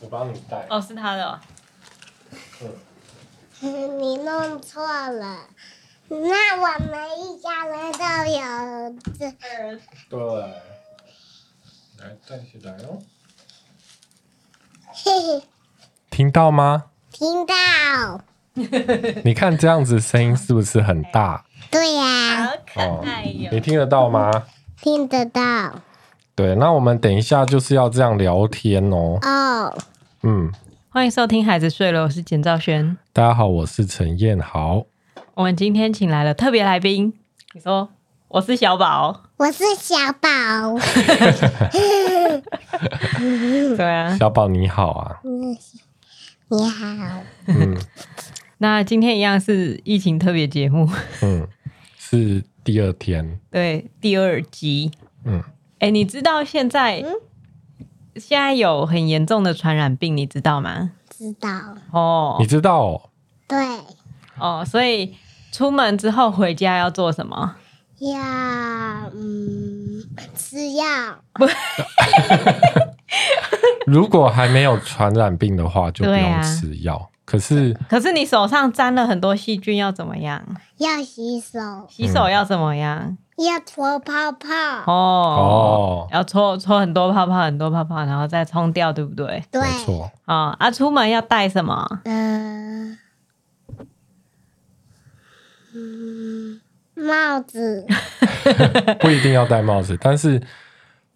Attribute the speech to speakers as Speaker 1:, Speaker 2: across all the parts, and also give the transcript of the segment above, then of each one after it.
Speaker 1: 我帮你带。
Speaker 2: 哦，是他的、哦。
Speaker 1: 嗯，
Speaker 3: 你弄错了。那我们一家人都有这
Speaker 1: 对。来，带起来哦。
Speaker 3: 嘿嘿，
Speaker 4: 听到吗？
Speaker 3: 听到？
Speaker 4: 你看这样子声音是不是很大？哦
Speaker 3: 对呀、
Speaker 2: 好可爱哟、
Speaker 4: 你听得到吗？
Speaker 3: 听得到
Speaker 4: 对，那我们等一下就是要这样聊天哦。
Speaker 3: 哦。
Speaker 4: 嗯，
Speaker 2: 欢迎收听《孩子睡了》，我是简兆轩。
Speaker 4: 大家好，我是陈彦豪。
Speaker 2: 我们今天请来了特别来宾，你说我是小宝，
Speaker 3: 我是小宝，
Speaker 2: 对啊。
Speaker 4: 小宝你好啊，
Speaker 3: 嗯你好，
Speaker 4: 嗯
Speaker 2: 那今天一样是疫情特别节目，
Speaker 4: 嗯，是第二天，
Speaker 2: 对，第二集。
Speaker 4: 嗯，
Speaker 2: 哎，你知道现在、现在有很严重的传染病，你知道吗？
Speaker 3: 知道。
Speaker 2: 哦
Speaker 4: 你知道、哦、
Speaker 3: 对，
Speaker 2: 哦，所以出门之后回家要做什么？
Speaker 3: 要嗯吃药，
Speaker 4: 如果还没有传染病的话，就不
Speaker 2: 对啊
Speaker 4: 用吃药。可是
Speaker 2: 可是你手上沾了很多细菌，要怎么样？
Speaker 3: 要洗手，
Speaker 2: 洗手要怎么样？
Speaker 3: 要搓泡泡。
Speaker 2: 哦
Speaker 4: 哦，
Speaker 2: 要搓搓很多泡泡，很多泡泡，然后再冲掉，对不对？
Speaker 3: 对，
Speaker 4: 没错，
Speaker 2: 哦，啊，出门要带什么？
Speaker 3: 嗯、嗯，帽子，
Speaker 4: 不一定要戴帽子，但是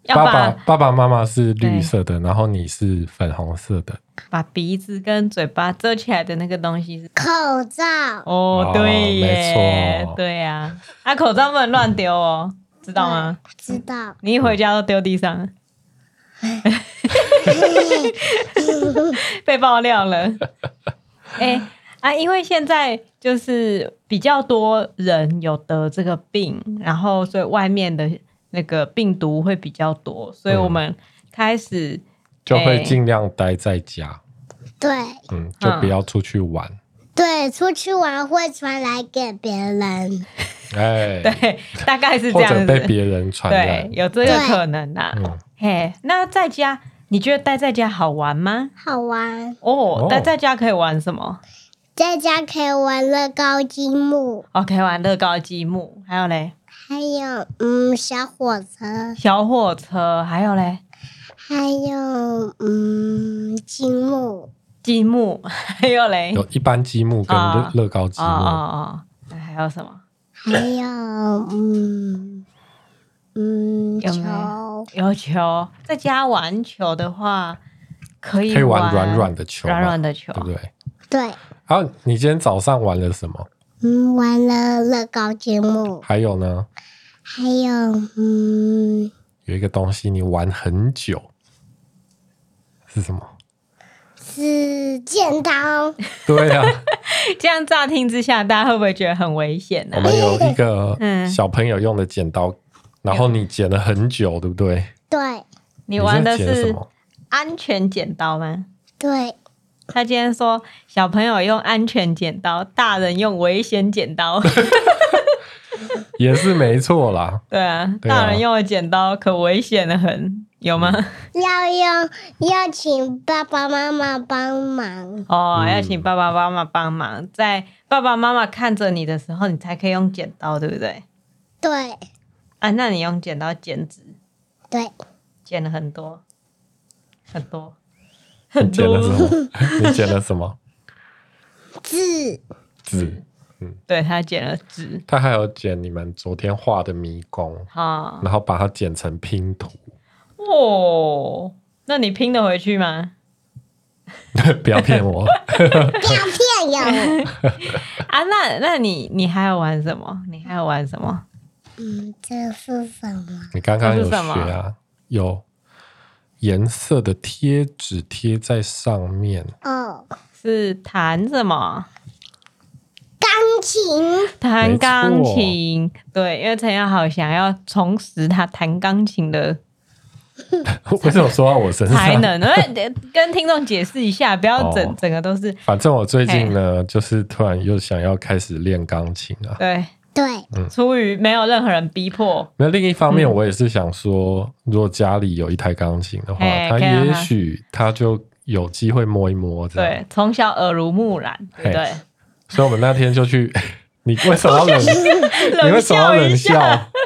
Speaker 2: 要
Speaker 4: 爸爸
Speaker 2: 把
Speaker 4: 爸爸妈妈是
Speaker 2: 对
Speaker 4: 绿色的，然后你是粉红色的，
Speaker 2: 把鼻子跟嘴巴遮起来的那个东西是。
Speaker 3: 口 罩，
Speaker 2: 哦
Speaker 4: 哦，
Speaker 2: 对
Speaker 4: 没
Speaker 2: 耶，
Speaker 4: 错
Speaker 2: 对呀、啊，口罩不能乱丢哦，知道吗？
Speaker 3: 知道。
Speaker 2: 你一回家都丢地上，被爆料 了。哎、啊，因为现在就是比较多人有得这个病，然后所以外面的那个病毒会比较多，所以我们开始
Speaker 4: 就
Speaker 2: 哎
Speaker 4: 会尽量待在家，
Speaker 3: 对
Speaker 4: 嗯，就不要出去玩。
Speaker 3: 对，出去玩会传染给别人。
Speaker 4: 哎，
Speaker 2: 对，大概是这
Speaker 4: 或
Speaker 2: 样
Speaker 4: 者被
Speaker 2: 子，
Speaker 4: 别人传
Speaker 2: 对
Speaker 4: 染，。
Speaker 2: 有这个可能啦、
Speaker 4: 嗯，
Speaker 2: 嘿，那在家你觉得待在家好玩吗？
Speaker 3: 好玩，
Speaker 2: 哦
Speaker 4: 哦，
Speaker 2: 待在家可以玩什么？
Speaker 3: 在家可以玩乐高积木，
Speaker 2: 哦，可以玩乐高积木，还有嘞
Speaker 3: 还有嗯小火车，
Speaker 2: 小火车，还有嘞
Speaker 3: 还有嗯积木。
Speaker 2: 积木，还有嘞
Speaker 4: 有一般积木跟乐
Speaker 2: 啊
Speaker 4: 乐高积
Speaker 2: 哎哦
Speaker 4: 木，
Speaker 2: 哦哦，还有什么？
Speaker 3: 还有，嗯嗯，
Speaker 2: 有没
Speaker 3: 球，
Speaker 2: 有球，在家玩球的话，可以
Speaker 4: 可以玩
Speaker 2: 玩
Speaker 4: 软软的球嘛，
Speaker 2: 软软的球
Speaker 4: 对不对？
Speaker 3: 对，
Speaker 4: 然后你今天早上玩了什么？
Speaker 3: 嗯，玩了乐高积木，
Speaker 4: 还有呢，
Speaker 3: 还有，嗯，
Speaker 4: 有一个东西你玩很久，是什么？
Speaker 3: 是 剪刀，
Speaker 4: 对啊，
Speaker 2: 这样乍听之下，大家会不会觉得很危险呢、
Speaker 4: 我们有一个
Speaker 2: 嗯
Speaker 4: 小朋友用的剪刀，然后你剪了很久，对不对？
Speaker 3: 对
Speaker 2: 你玩的
Speaker 4: 是剪什
Speaker 2: 是
Speaker 4: 么？
Speaker 2: 安全剪刀吗？
Speaker 3: 对，
Speaker 2: 他今天说，小朋友用安全剪刀，大人用危险剪刀。
Speaker 4: 也是没错啦，
Speaker 2: 对啊，
Speaker 4: 对啊
Speaker 2: 大人用的剪刀可危险的很，有吗？
Speaker 3: 要用要请爸爸妈妈帮忙，
Speaker 2: 哦，
Speaker 4: 嗯
Speaker 2: 要请爸爸妈妈帮忙，在爸爸妈妈看着你的时候，你才可以用剪刀，对不对？
Speaker 3: 对
Speaker 2: 啊，那你用剪刀剪纸，
Speaker 3: 对，
Speaker 2: 剪了很多，很多，很
Speaker 4: 你剪了什
Speaker 2: 多。
Speaker 4: 么？ 你剪了什么？
Speaker 3: 字，
Speaker 4: 纸，
Speaker 2: 对他剪了纸，
Speaker 4: 他还有剪你们昨天画的迷宫，
Speaker 2: 好
Speaker 4: 然后把它剪成拼图，
Speaker 2: 哦，那你拼得回去吗？
Speaker 4: 不要骗 我。
Speaker 3: 不要骗人，
Speaker 2: 啊，那那你你还有玩什么？你还有玩什么？
Speaker 3: 嗯，这是什么？
Speaker 4: 你刚刚有
Speaker 2: 这是什么
Speaker 4: 学啊？有颜色的贴纸贴在上面，
Speaker 3: 哦，
Speaker 2: 是弹什么？
Speaker 3: 钢琴，
Speaker 2: 弹
Speaker 4: 没
Speaker 2: 钢
Speaker 4: 错
Speaker 2: 琴，对，因为陈耀豪想要重拾他弹钢琴的
Speaker 4: 为什么说到我身
Speaker 2: 才
Speaker 4: 上？
Speaker 2: 能，呃跟听众解释一下，不要整、
Speaker 4: 哦
Speaker 2: 整个都是
Speaker 4: 反正我最近呢，就是突然又想要开始练钢琴啊。
Speaker 2: 对，
Speaker 3: 对
Speaker 2: 出于没有任何人逼迫，
Speaker 4: 那另一方
Speaker 2: 嗯
Speaker 4: 面，我也是想说，如果家里有一台钢琴的话
Speaker 2: 哎，
Speaker 4: 它
Speaker 2: 可以让
Speaker 4: 也
Speaker 2: 它
Speaker 4: 许它就有机会摸一摸，这样。
Speaker 2: 对，从小耳濡目染，对不对？
Speaker 4: 所以我们那天就去， 你为什么要 冷？你为什么要冷
Speaker 2: 下。
Speaker 4: 笑？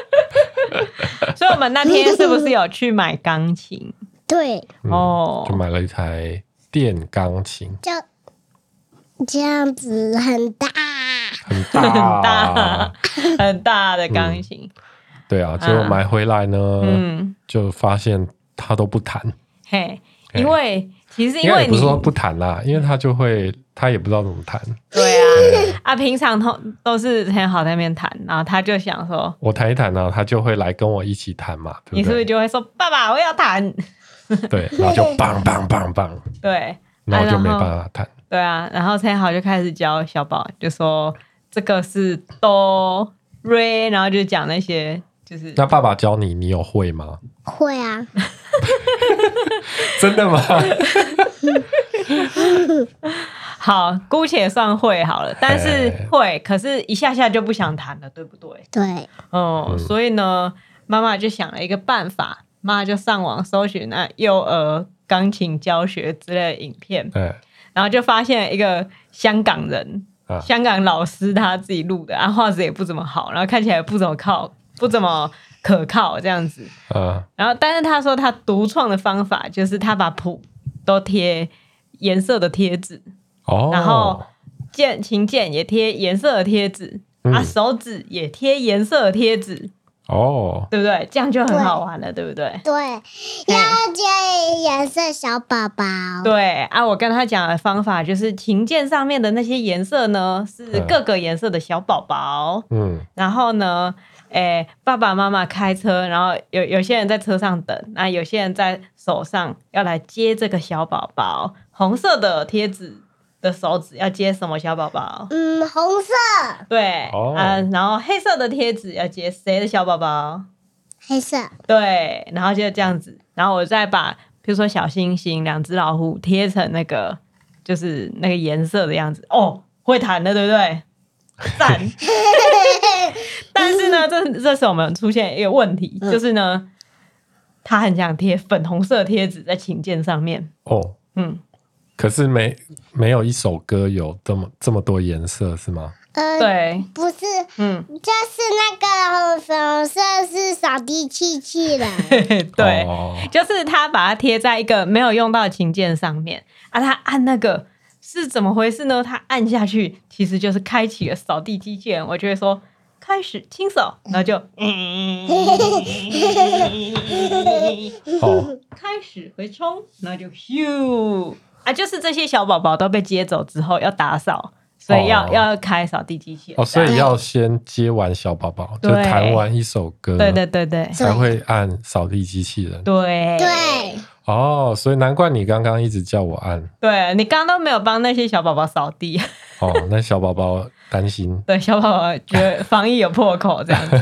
Speaker 2: 所以我们那天是不是有去买 钢琴？
Speaker 3: 对，
Speaker 4: 嗯
Speaker 2: 哦
Speaker 4: 就买了一台电钢琴，
Speaker 3: 就这样子很大，
Speaker 4: 很大，
Speaker 2: 很大 很大的钢琴，
Speaker 4: 对啊，结果买回来呢，
Speaker 2: 嗯，
Speaker 4: 就发现它都不弹，
Speaker 2: 嘿，
Speaker 4: 嘿
Speaker 2: 因为其实
Speaker 4: 应
Speaker 2: 因
Speaker 4: 该也
Speaker 2: 为
Speaker 4: 不
Speaker 2: 你
Speaker 4: 是说不弹啦，因为它就会，它也不知道怎么弹。
Speaker 2: 对啊啊，平常都都是很好在那边弹，然后他就想说，
Speaker 4: 我弹一弹呢、它就会来跟我一起弹嘛，对
Speaker 2: 你
Speaker 4: 不
Speaker 2: 是不
Speaker 4: 对？
Speaker 2: 是就会说爸爸我要弹？
Speaker 4: 对，然后就棒棒棒棒，
Speaker 2: 对
Speaker 4: 然后就没
Speaker 2: 然后
Speaker 4: 办法弹。
Speaker 2: 对啊，然后陈好就开始教小宝，就说这个是哆瑞，然后就讲那些就是
Speaker 4: 那爸爸教你，你有会 吗？
Speaker 3: 会啊，
Speaker 4: 真的吗？
Speaker 2: 好，姑且算会好了，但是
Speaker 4: 哎
Speaker 2: 会，可是一下下就不想弹了，对不对？
Speaker 3: 对，
Speaker 2: 哦、
Speaker 4: 嗯
Speaker 2: 所以呢，妈妈就想了一个办法，妈妈就上网搜寻那幼儿钢琴教学之类的影片，
Speaker 4: 对，
Speaker 2: 然后就发现了一个香港人，
Speaker 4: 啊
Speaker 2: 香港老师他自己录的，啊，画质也不怎么好，然后看起来不怎么靠，不怎么可靠这样子。
Speaker 4: 嗯
Speaker 2: 然后，但是他说他独创的方法就是他把谱都贴颜色的贴纸，
Speaker 4: 哦，
Speaker 2: 然后键琴键也贴颜色的贴纸，
Speaker 4: 嗯
Speaker 2: 啊，手指也贴颜色的贴纸，
Speaker 4: 哦，
Speaker 2: 对不对？这样就很好玩了，对不对？
Speaker 3: 对，要接颜色小宝宝，
Speaker 2: 对啊，我跟他讲的方法就是琴键上面的那些颜色呢，是
Speaker 4: 嗯
Speaker 2: 各个颜色的小宝宝。
Speaker 4: 嗯
Speaker 2: 然后呢，诶，爸爸妈妈开车，然后有有些人在车上等，那有些人在手上要来接这个小宝宝。红色的贴纸的手指要接什么小宝宝？
Speaker 3: 嗯，红色、
Speaker 2: 对，
Speaker 4: 哦
Speaker 2: 啊，然后黑色的贴纸要接谁的小宝宝？
Speaker 3: 黑色，
Speaker 2: 对，然后就这样子，然后我再把比如说小星星、两只老虎贴成那个就是那个颜色的样子。哦，会弹的，对不对？赞。但是呢，这这时候我们出现一个问题，
Speaker 3: 嗯
Speaker 2: 就是呢，他很想贴粉红色贴纸在琴键上面。
Speaker 4: 哦，
Speaker 2: 嗯，
Speaker 4: 可是没没有一首歌有这么这么多颜色是吗？
Speaker 3: 呃，
Speaker 2: 对，
Speaker 3: 不是，
Speaker 2: 嗯，
Speaker 3: 就是那个粉红色是扫地机器人，
Speaker 2: 对。
Speaker 4: 哦
Speaker 2: 就是他把它贴在一个没有用到的琴键上面啊，他按那个是怎么回事呢？他按下去其实就是开启了扫地机器人，我就会说开始清扫，然后就嗯，
Speaker 4: 哦
Speaker 2: 开始回冲，然后就咻啊，就是这些小宝宝都被接走之后要打扫，所以要、
Speaker 4: 哦
Speaker 2: 要开扫地机器人。
Speaker 4: 哦，所以要先接完小宝宝，就
Speaker 2: 对
Speaker 4: 弹完一首歌，
Speaker 2: 对对对对
Speaker 4: 才会按扫地机器人。
Speaker 2: 对
Speaker 3: 对，
Speaker 4: 哦，所以难怪你刚刚一直叫我按
Speaker 2: 对，你刚刚都没有帮那些小宝宝扫地。。
Speaker 4: 哦，那小宝宝担心
Speaker 2: 对，小宝宝觉 得防疫有破口这样子，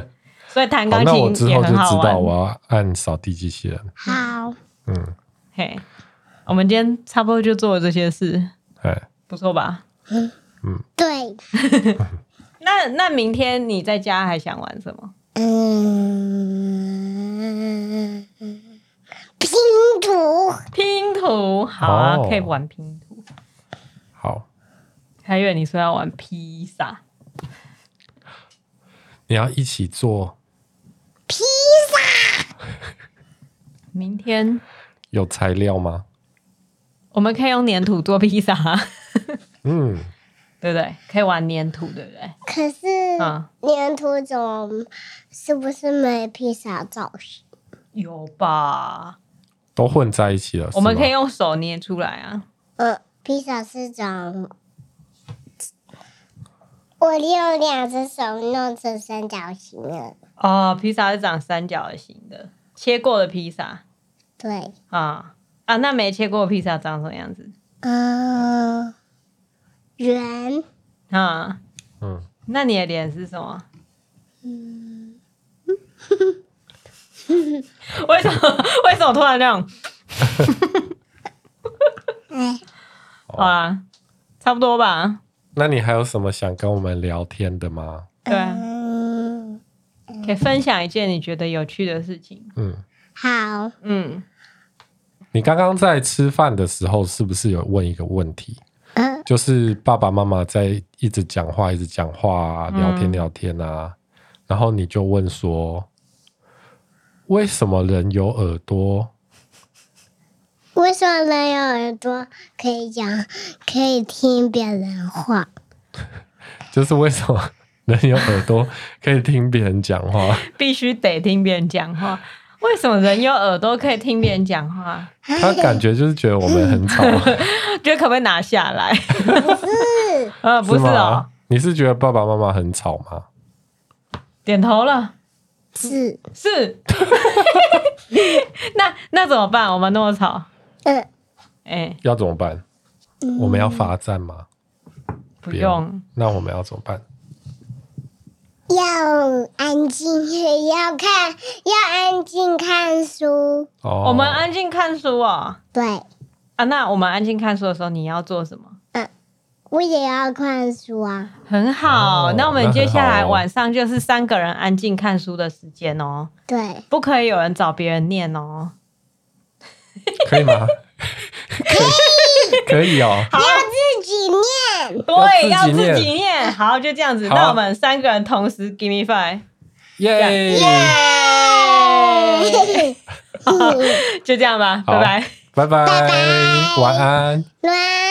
Speaker 2: 所以弹
Speaker 4: 好，
Speaker 2: 钢
Speaker 4: 那我之
Speaker 2: 琴也
Speaker 4: 后就
Speaker 2: 很好
Speaker 4: 知道
Speaker 2: 玩。
Speaker 4: 我要按扫地机器人。
Speaker 3: 好，
Speaker 4: 嗯，
Speaker 2: 嘿，我们今天差不多就做了这些事，
Speaker 4: 哎，
Speaker 2: 不错吧？
Speaker 3: 对，
Speaker 2: 那那明天你在家还想玩什么？
Speaker 3: 嗯，拼图，
Speaker 2: 拼图，好啊，
Speaker 4: 哦
Speaker 2: 可以玩拼图。
Speaker 4: 好，
Speaker 2: 还以为你说要玩披萨，
Speaker 4: 你要一起做
Speaker 2: 明天
Speaker 4: 有材料吗？
Speaker 2: 我们可以用粘土做披萨啊，
Speaker 4: 嗯，
Speaker 2: 对不对？可以玩粘土，对不对？
Speaker 3: 可是
Speaker 2: 嗯
Speaker 3: 粘土怎么是不是没披萨造型？
Speaker 2: 有吧？
Speaker 4: 都混在一起了。
Speaker 2: 我们
Speaker 4: 是吗
Speaker 2: 可以用手捏出来啊。
Speaker 3: 呃，披萨是长，我用两只手弄成三角形了。
Speaker 2: 哦，披萨是长三角形的，切过的披萨。
Speaker 3: 对，
Speaker 2: 啊啊，那没切过披萨长什么样子
Speaker 3: 嗯、圆，
Speaker 2: 啊？
Speaker 4: 嗯，
Speaker 2: 那你的脸是什么？嗯 为什么？为什么突然这样？
Speaker 3: 哎，
Speaker 2: 好啊啦，差不多吧。
Speaker 4: 那你还有什么想跟我们聊天的吗？
Speaker 2: 对，
Speaker 3: 嗯，
Speaker 2: 可以分享一件你觉得有趣的事情。
Speaker 4: 嗯，
Speaker 3: 好，
Speaker 2: 嗯，
Speaker 4: 你刚刚在吃饭的时候，是不是有问一个问题？
Speaker 3: 嗯
Speaker 4: 就是爸爸妈妈在一直讲话，一直讲话、啊，
Speaker 2: 嗯
Speaker 4: 聊天聊天啊，然后你就问说，为什么人有耳朵？
Speaker 3: 为什么人有耳朵可以讲，可以听别人话？
Speaker 4: 就是为什么 人有耳朵可以听别人讲话？
Speaker 2: 必须得听别人讲话。为什么人有耳朵可以听别人讲话？
Speaker 4: 他感觉就是觉得我们很吵，
Speaker 2: 觉得可不可以拿下来？
Speaker 3: 是
Speaker 2: 呃，不是哦
Speaker 4: 吗，？你是觉得爸爸妈妈很吵吗？
Speaker 2: 点头了，
Speaker 3: 是，
Speaker 2: 是。 那那怎么办？我们那么吵，
Speaker 3: 嗯，
Speaker 2: 哎、
Speaker 4: 要怎么办？我们要罚站吗？
Speaker 2: 不
Speaker 4: 不用
Speaker 2: 用，
Speaker 4: 那我们要怎么办？
Speaker 3: 要安静，也要看，要安静看书。
Speaker 4: 哦，
Speaker 2: 我们安静看书哦。
Speaker 3: 对，
Speaker 2: 啊，那我们安静看书的时候，你要做什么？
Speaker 3: 我也要看书啊。
Speaker 2: 很好，
Speaker 4: 哦
Speaker 2: 那我们接下
Speaker 4: 那
Speaker 2: 来
Speaker 4: 很好哦
Speaker 2: 晚上就是三个人安静看书的时间哦，
Speaker 3: 对，
Speaker 2: 不可以有人找别人念哦。
Speaker 4: 可以吗？可以，可以哦。
Speaker 2: 好，
Speaker 3: 自己念。
Speaker 2: 对，
Speaker 4: 要
Speaker 2: 要
Speaker 4: 自己念
Speaker 2: 自己念。好，就这样子。
Speaker 4: 好
Speaker 2: 那我们三个人同时 give me five，
Speaker 4: 耶！
Speaker 2: 就这样吧，
Speaker 4: 好
Speaker 2: 拜
Speaker 4: 拜
Speaker 2: 拜。
Speaker 4: 拜，晚安。
Speaker 3: 晚安。